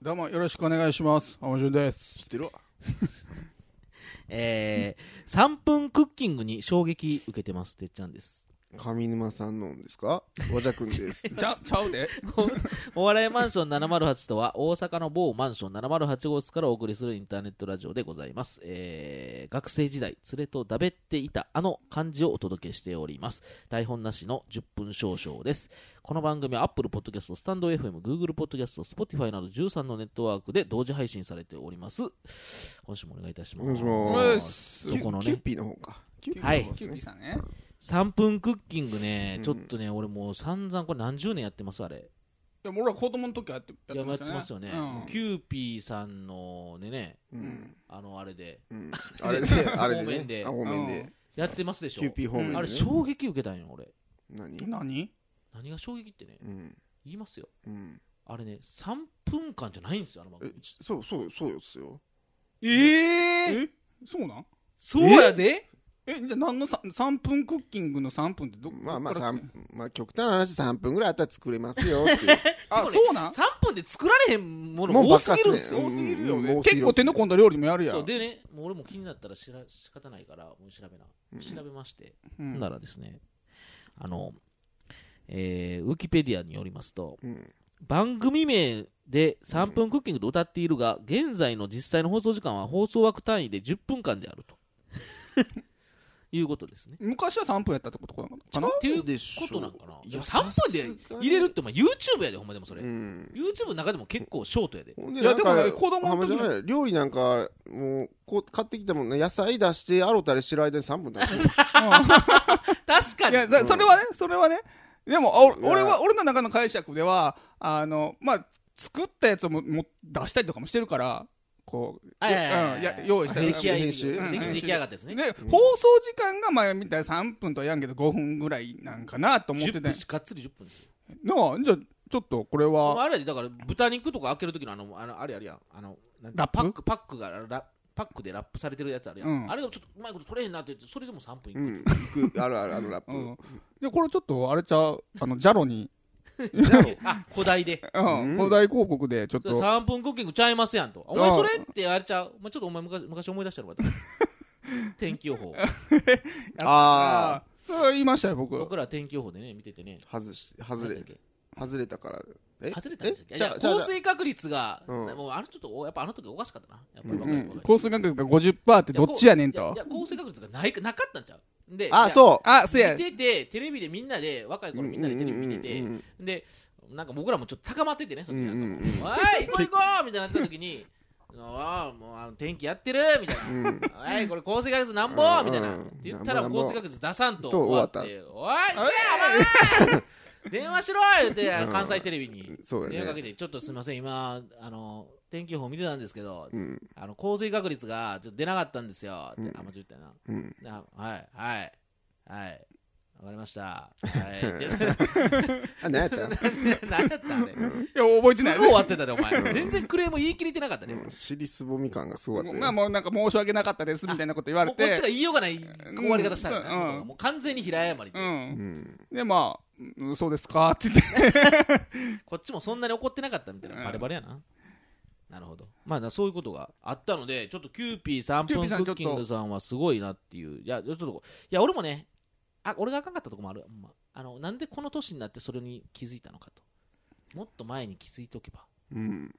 どうもよろしくお願いします。浜潤です。知ってるわえー、3分クッキングに衝撃受けてますてっちゃんです上沼さんのんですか和田くんで すちゃ、ちゃうで。お笑いマンション708とは大阪の某マンション708号室からお送りするインターネットラジオでございます、えー学生時代連れとだべっていたあの漢字をお届けしております台本なしの10分少々ですこの番組は Apple Podcast スタンド FM Google Podcast Spotify など13のネットワークで同時配信されております今週もお願いいたしますお願いしますお願いしますそこのキュキュねッピーの方かキュッピーはいキュウピーさんね。 3分クッキングね、うんちょっとね俺もう散々これ何十年やってますあれいや、俺は子供の時はやって、いややってますよね、うんキューピーさんのでねうんあのあれでうんあれであれ方面ででねあ方面でやってますでしょキュッピー方面でねあれ衝撃受けたんよ俺何うん何。何が衝撃ってねうん言いますようんあれね3分間じゃないんですよあの番え組ちそうそうそうよっすよえええ、そうなん。そうやでえ、じゃ、何のさ、三分クッキングの三分ってど。まあまあどっから三来てんの分まあ極端な話3分ぐらいあったら作れますよっていうあ、でもねそうなん。 3分で作られへんものもんば多っすかっぎするんですよねうん多すぎるようんね。多すぎ結る構手の込んだ料理もやるやん。そうでねもう俺も気になったらしら仕方ないからもう調べな調べまして、うほんんならですねあのえーウィキペディアによりますと、うん番組名で3分クッキングと歌っているが、現在の実際の放送時間は放送枠単位で10分間であると いうことですね。昔は三分やったってことかな。っていうでしょうことなんかないいでやも3分で入れるってお前 YouTube やでほんまでもそれ、うん YouTube の中でも結構ショートやでほんでいやなんかでもね子供の時にあんまじゃない料理なんかもうこう買ってきたもんね野菜出してあろうたりしてる間に3分経ってるうん確かいにや、だそれはね、それはね。でも、あいや俺は、俺の中の解釈では、あの、まあ、作ったやつをも、も、出したりとかもしてるから。こう、あいやいやういんやや用意した出編来集上が編集出来うん出来上がったですねで、放送時間がまあみたいな3分とはやんけど5分ぐらいなんかなと思って10たん分やがっつり10分ですよなあじゃあちょっとこれお前はあれやでだから豚肉とか開ける時のあのあのあれやるやんあのなんてラップパックパックがラパックでラップされてるやつあるやん、うんあれがちょっとうまいこと取れへんなって言ってそれでも3分いく、うん行くあるあるあのラッうプんでこれちょっとあれちゃうあのジャロに あ古代でうん放題広告でちょっと3分クッキングちゃいますやんと。おあ前あそれってあれちゃう。まあ、ちょっとお前昔昔思い出したの かと天気予報。ああああ言いましたよ僕僕ら天気予報でね、見ててね。外し外れなんだっ外れたからけえ外れたんでしたっけえいやじゃあ降水確率が、うんもうあのちょっとおやっぱあの時おかしかったな。やっぱりう若い頃ん降水確率が50%ってどっちやねんいといや、降水確率がないなかったんちゃう。で、あう。そうあせや見てて、テレビでみんなで、若い頃みんなでテレビ見てて、うんうんうんで、なんか僕らもちょっと高まっててね、その時なんかもううんうんう、おい、行こう行こうみたいになってた時に、ああ、もうあの天気やってるみたいな。うんうんはい、これ降水確率なんぼうんみたいな。っうんて言ったらなんぼな降んぼ水確率出さんとと終終わわっったて、おい、行け よお前電話しろ言って、関西テレビにそう電話やかけねて、ちょっとすみません、今、あの、天気予報見てたんですけどう、んあの降水確率がちょっと出なかったんですよ。ってうんあ、間違ったな。うんであはい、はい、はい。わかりました。 はい。って あ何やった何だったあれ。いや覚えてすなぐい終わってたね、お前。全然クレーム言い切れてなかったね。うん尻すぼみ感がすごかったまあよもうなんか申し訳なかったですみたいなこと言われもうこっちがて言いようがない終わり方したよねうんうんなんかもう完全に平謝りでう。うんんでまあうんそうですかって言ってこっちもそんなに怒ってなかったみたいな、うんバレバレやな。なるほど。まあな、そういうことがあったので、ちょっとキューピー3キューピ分ーさんクッキングさんはすごいなっていう。いや、ちょっとこう、いや、俺もね、あ、俺があかんかったとこもある。ほんまあの、なんでこの年になってそれに気づいたのかと。もっと前に気づいておけば。うんうん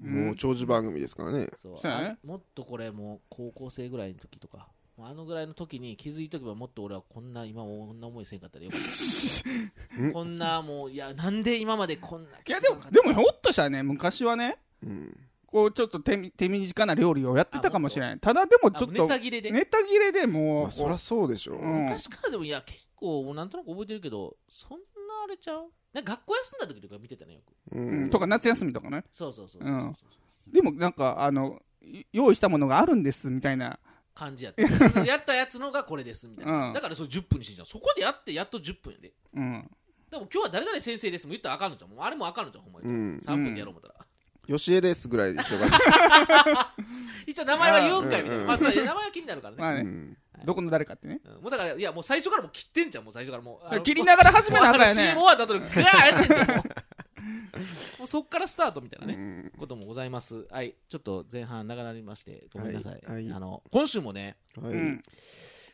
もう長寿番組ですからねそうそうやねあもっとこれもう高校生ぐらいの時とか、もうあのぐらいの時に気づいとけばもっと俺はこんな今こんな思いせんかったらよか った。こんなもう、いや、なんで今までこんなきいやつでかもったでもひょっとしたらね昔はねうんこうちょっと手み手短な料理をやってたかもしれないただでもちあょっネとタ切れで。ネタ切れでもう、まあそりゃそうでしょうん昔からでもいや結構なんとなく覚えてるけどそんなあれちゃうなんか学校休んだ時とか見てたねよくううんんとか夏休みとかねそうそうそうそうそううんでもなんかあのい用意したものがあるんですみたいな感じやった やったやつのがこれですみたいな、うんだからそれ10分にしてんじゃんそこでやってやっと10分やでうんでも今日は誰々先生ですも言ったらあかんのじゃんもうあれもあかんのじゃんほんまに、うん3分でやろう思ったら、 吉江ですぐらいでしょ 一応名前は言うんかいみたいな、うんまあ、それ名前は気になるからね、まあうね、んはいどこの誰かってねうんもうだからいやもう最初からもう切ってんじゃんもう最初からもうあそのれ切りながら始めなあかんよ CM ね終わった後にガーやってんじゃんもうもうそっからスタートみたいなね、うんこともございます。はい、ちょっと前半長なりまして、ごめんなさい。はいはいあの今週もね、はういん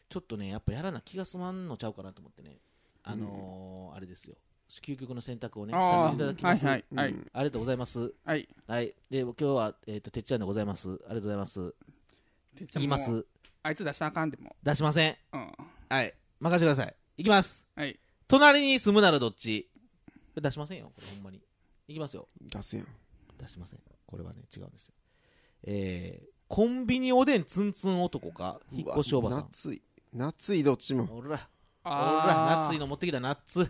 ちょっとね、やっぱやらな気が済まんのちゃうかなと思ってね、あのーあれですよ、究極の選択をね、あーさせていただきます。はいはいはい、うんありがとうございます。はいはい、で今日は、えー、とてっちゃんでございます。ありがとうございます。てっちゃん言いまもうす。あいつ出したらあかんでも出しません。う、うん、はい、任せてください。いきます。はい隣に住むならどっちこれ出しませんよ、これほんまに。いきますよ。出すやん出しませんこれはね違うんですよえー、コンビニおでんツンツン男か引っ越しおばさうんわ夏い夏いどっちもほらほらあー夏いの持ってきたナッツ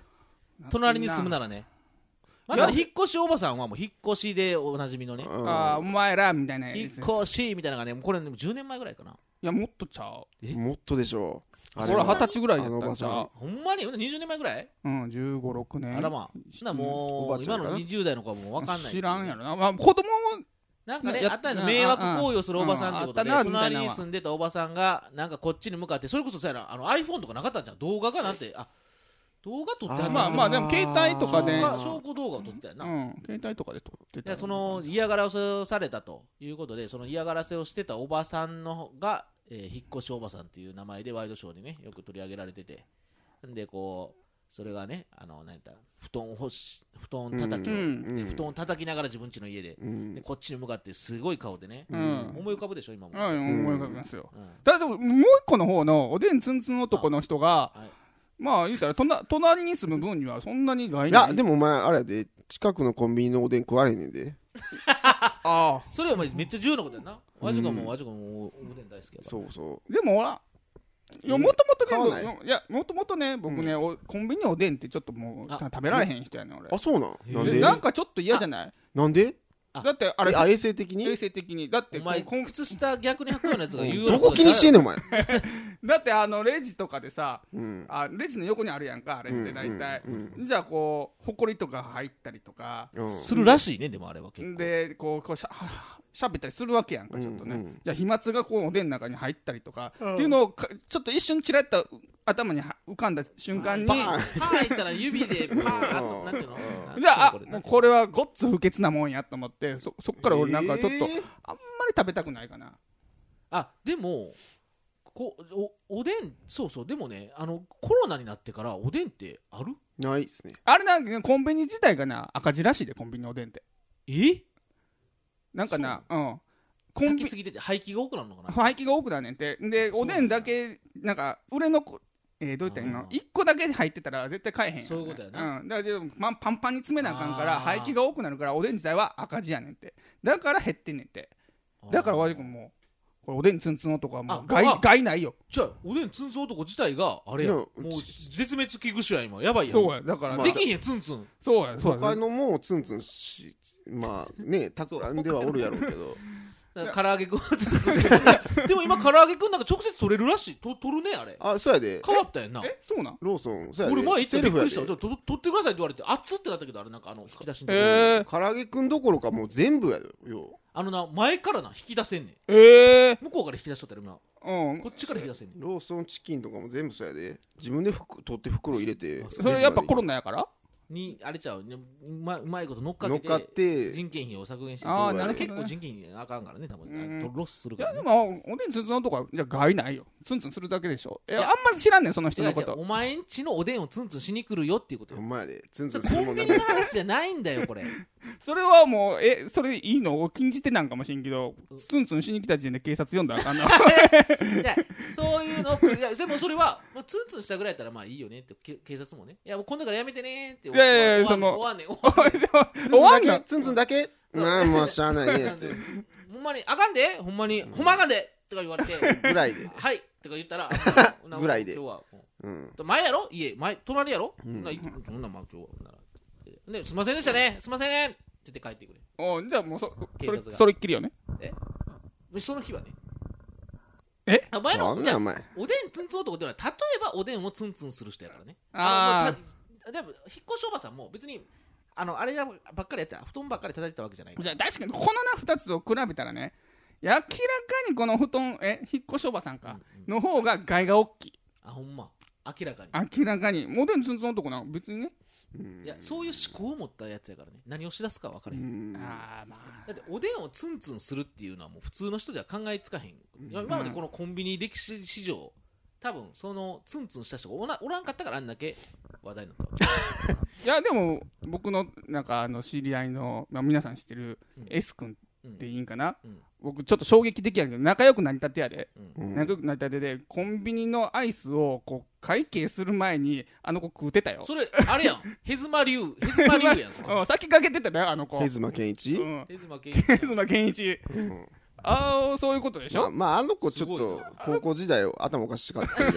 夏い隣に住むならねまさに引っ越しおばさんはもう引っ越しでおなじみのねああお前らみたいなやつ引っい越しみたいなのがねもうこれね10年前ぐらいかなやもっとちゃうえもっとでしょうそれはは二十歳ぐらいだったんちあのゃおほんまにほんな20年前ぐらい、ううん1 5六6年あらまあほなおもばうちゃ今んかなの20代の子はもう分かんない知らんやろな、まあ、子供もなんかねやあったんですようん迷惑行為をするおばさんってことでうんあったなみたい隣なのはに住んでたおばさんがなんかこっちに向かってそれこそさやなあの iPhone とかなかったんじゃん動画がなんてあ動画撮ってあーまあまあでも携帯とかで、ね証あ拠証拠動画を撮ってたよな、うん、携帯とかで撮ってたでその嫌がらせをされたということでその嫌がらせをしてたおばさんのが、えー引っ越しおばさんという名前でワイドショーでねよく取り上げられててんでこうそれがねあのなんやったら布団を干し布団叩きを、うんうんで布団を叩きながら自分家の家でうんでこっちに向かってすごい顔でね、うん思い浮かぶでしょ今も、うん思い浮かびますようんだってもう一個の方のおでんつんつん男の人があはいまあ言うたら とな隣に住む分にはそんなに害いないやでもお前あれやで近くのコンビニのおでん食われへんねんでああそれお前めっちゃ重要なことやな和ジも和ジもおでん大好きやからそうそでもほらいやうんもともと買わねない僕いやもともとね僕ね、おコンビニおでんってちょっともうあ食べられへん人やねんうあそうなんなんえ俺ででなんかちょっと嫌じゃないなんであだってああれれあ衛生的衛に生的にだってお前こん靴下逆に履くようなやつが言うようなどこ気にしてんねんお前だってあのレジとかでさうんあレジの横にあるやんかあれって大体、うんうんじゃあこうほこりとか入ったりとかうんするらしいねでもあれは結構でこうこうしゃはしゃべったりするわけやんかちょっとね、うんうんじゃあ飛沫がこうおでんの中に入ったりとか、っていうのをかちょっと一瞬ちらっと頭には浮かんだ瞬間に、バーンパー行ったら指でパーンとなんていうのじゃああなんていもううのこれはごっつ不潔なもんやと思ってそそっから俺なんかちょっと、あんまえりー食べたくないかなあでもこおおでんそうそうでもねあのコロナになってからおでんってあるないっすねあれなんかねコンビニ自体がな赤字らしいでコンビニおでんってえなんかなうんコン炊ビきすぎてて廃棄が多くなるのかな廃棄が多くなんねんてでそうおなんだでんだけなんか売れ残えー、どういったらいいのあー1個だけ入ってたら絶対買えへんやんそういうことやなうん、だからでもパンパンパンに詰めなあかんからあー廃棄が多くなるからおでん自体は赤字やねんてだから減ってんねんてだから和ワく君もうこれおでんツンツン男はもあう害あ害ないよじゃあおでんツンツン男自体があれやいやもう絶滅危惧種や今やばいやんそうやだから、まあできへんツンツンそうやそう他やのもツンツンしまあねたくらんではおるやろうけどだから唐揚げくんはツンツンするでも今唐揚げくんなんか直接取れるらしいと取るねあれあそうやで変わったやんなえそうなんローソンそうやで俺前行ってびっくりしセたルじフゃあと取ってくださいって言われて熱ってなったけどあれなんかあの引き出しに、えやで唐揚げくんどころかもう全部やでよあのな前からな引き出せんねんー、え向こうから引き出しとったら今こー、うんっちから引き出せんねんローソンチキンとかも全部そうやで自分で服取って袋入れてあそれやっぱコロナナやからにあれちゃうねうまうまいこと乗っか乗けってかって人件費を削減してあーそうなるほど結ね構人件費あかんからね多分うんあとロスするいからやねでもおでんツンツン男はじゃあ害ないよツンツンするだけでしょいやあんま知らんねんその人違うのこ違うとお前んちのおでんをツンツンしに来るよっていうことほよんまやでツンそツれンすコるもンんビなニの話じゃないんだよこれそれはもうえそれいいのを禁じてなんかもしんけどツンツンしに来た時点で警察呼んだらあかん ないやそういうのを繰り返しでもそれは、まあ、ツンツンしたぐらいやったらまあいいよねってけ警察もねいやもうこんだからやめてねっていいやいやいや終わんねん終わんねん終わん終ねんわんのツンツンだけまあもうしゃあないねってほんまにあかんでほんまにほんまあかんでとか言われてぐらいではいとか言ったら ぐらいで今日はもうんう前やろ家前隣やろ、うんなそんなんまあ今日はほんならですいませんでしたねすいませんねって言って帰ってくれおうじゃあもうそ警それ察がそれっきりよねでその日はねえあ前そのんじゃなあお前おでんツンツン男っていうのは例えばおでんをツンツンする人やからねああのたでも引っ越しおばさんも別にあのあればっかりやってた布団ばっかり叩いてたわけじゃないあじゃあ確かにこのな2つを比べたらね明らかにこの布団え引っ越しおばさんかうんうのん方が害が大きいあほんま明らかに明らかにモデルツンツン男なんか別にね、うんいやそういう思考を持ったやつやからね何をしだすか分かうらへん、んああまあだっておでんをツンツンするっていうのはもう普通の人では考えつかへん、今までこのコンビニ歴史史上多分そのツンツンした人がおなおらんかったからあんだけ話題になったわけいやでも僕のなんかあの知り合いの、まあ、皆さん知ってるうん S 君うん っていいんかな、うん僕ちょっと衝撃的やけど仲良くなりたてやで、うん仲良くなりたてでコンビニのアイスをこう会計する前にあの子食うてたよそれあれやん ヘズマ流ヘズマ流やんそれうん先かけてたよあの子ヘズマケンイチうんヘズマ系ヘズマケンイチうんああそういうことでしょ、まあまああの子すちょっごと高校時代頭おかしかったん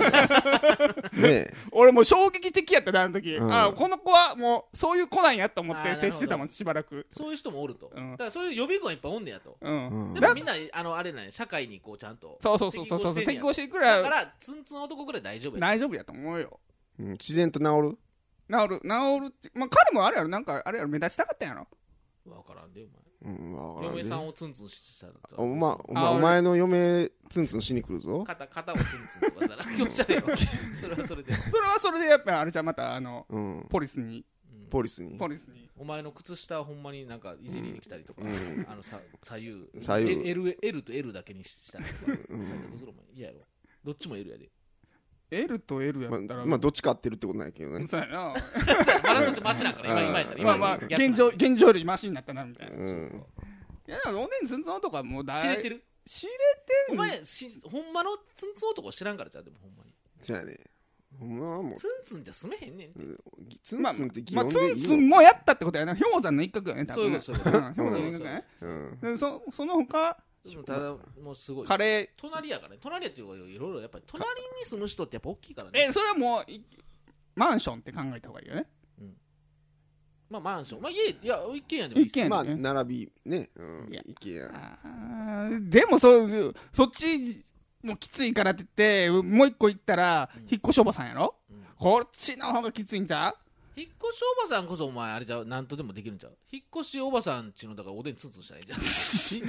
でねえ俺もう衝撃的やったなあの時、うんあーこの子はもうそういう子なんやと思っあーなてるほど接してたもんしばらくそういう人もおると、うんだからそういう予備軍はいっぱいおんねやと、うん、うんでもみんなあのあれなんや社会にこうちゃんとそうそうそうそうそう適適合合していくだかららツンツン男ぐらい大丈夫や大丈夫やと思うようん自然と治る治る治るってまあ彼もあれやろなんかあれやろ目立ちたかったんやろ分からんでおうんわか前らん嫁でさんをツンツンしたらお前お前あお前の嫁ツンツンしに来るぞ肩肩をツンツンとかしたら 気持ち悪いよそれはそれで、それはそれでやっぱあれじゃんまたあのうんポリスにうんポリスにポリスにお前の靴下をほんまになんかいじりに来たりとか、うんあのさ左右左右 L, L, L と L だけにしたりとか、うん最悪するお前嫌やろどっちも L やで L と L やまったら、あまあどっちか合ってるってことないけどねそうやなマラソンって街なんから今今やったら今まあまあ今逆な現状現状よりマシになったなみたいな、ういんやだからおねんずんぞんとかもうだい知れてる知れお前しほんまのツンツン男知らんからじゃうでもほんまにそやねほんまはもうツンツンじゃ済めへんねんってぎツンまあ、ツンって擬まあ、音ツでンいいツのンもやったってことやな、氷山の一角やね、多分ね。そういうことそういううん氷山の一角やね。うんでそその他、でもただもうすごいカレー、隣やからね隣やっていうかいろいろやっぱり隣に住む人ってやっぱ大きいからねえ、それはもう、いマンションって考えた方がいいよね。まあマンションまあ家いや一軒家でもいいっす一軒家まあね並びねうんいや意見やあーでもそ、そっちもきついからって言って、もう一個行ったらうん、引っ越しおばさんやろ、うんこっちの方がきついんちゃう引っ越しおばさんこそお前あれじゃうなんとでもできるんちゃう引っ越しおばさんちのだからおでんツンツンしたらいいじゃん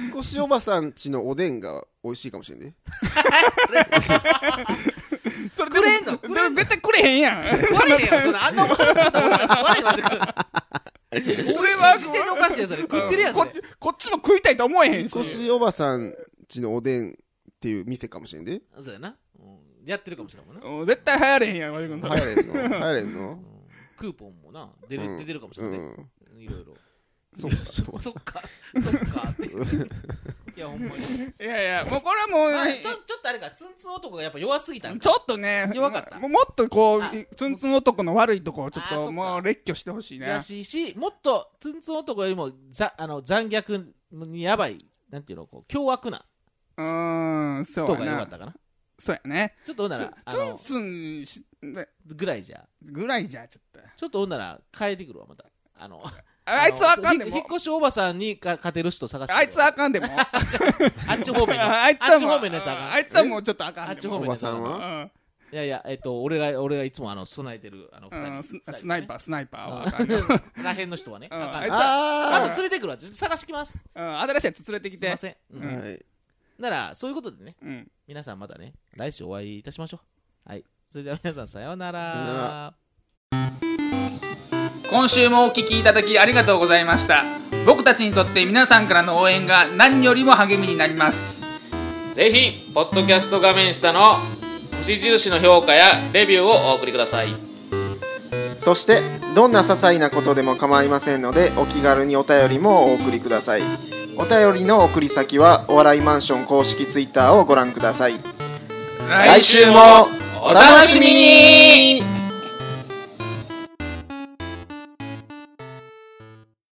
引っ越しおばさんちのおでんが美味しいかもしれんね それくれんのでもくそれれんの絶対くれへんやん。壊れへんよ それあんなおばさんだ俺は信じてんのおかしいやんそれ食ってるやんそこれっちこっちも食いたいと思えへん引っし。越しおばさんちのおでんっていう店かもしれんでそうやなうんやってるかもしれんもんなうん絶対流行れへんやん、マジ君そ流れ。行れんの流行れんのうんクーポンもな出うるん出てるかもしうれないんいろいろそうかそっか、そっかって。いや、ほんまに。いやいや、もうこれはあもう、ちょちょっとあれか、ツンツン男がやっぱ弱すぎたんちか。ょっとね、弱かったももっとこあう、ツンツン男の悪いとこをちょっあそっとかもう列挙してほしいねや。しいし、もっとツンツン男よりもざあの残虐にやばい、なんていうの、こう凶悪なうーん、人そうがやよかな。ったかな。そうやね。ちょっとほんなら、あツンの、ツンしねぐらいじゃ。ぐらいじゃ、ちょっと。ちょっとほんなら変えてくるわ、また。あの、ああいつはあかんでひも引っ。越しおばさんにか勝てる人探してくるわ。あいつはあかんでも。ああっち方面の。あいつあはっちも方う面のやつあかん ああいつはもうちょっとあかあんっでちも。方面おのばやつあさかんんはないやいや、えっと、俺が、俺がいつもあの、備えてる、あの、うんうん二人ス。スナイパー、スナイパーはあかんよ。うんらへんの人はね、あかあいつんよは、ああと連れてくるわ、ちょっと探してきます。うん新しいやつ連れてきすいてま。せん。うーんうんはいなら、そういうことでね、うん皆さんまたね、来週お会いいたしましょう。はい。それでは皆さん、さようなさようなら。今週もお聞きいただきありがとうございました僕たちにとって皆さんからの応援が何よりも励みになりますぜひ、ポッドキャスト画面下の星印の評価やレビューをお送りください。そしてどんな些細なことでも構いませんのでお気軽にお便りもお送りくださいお便りの送り先はお笑いマンション公式ツイッターをご覧ください来週もお楽しみに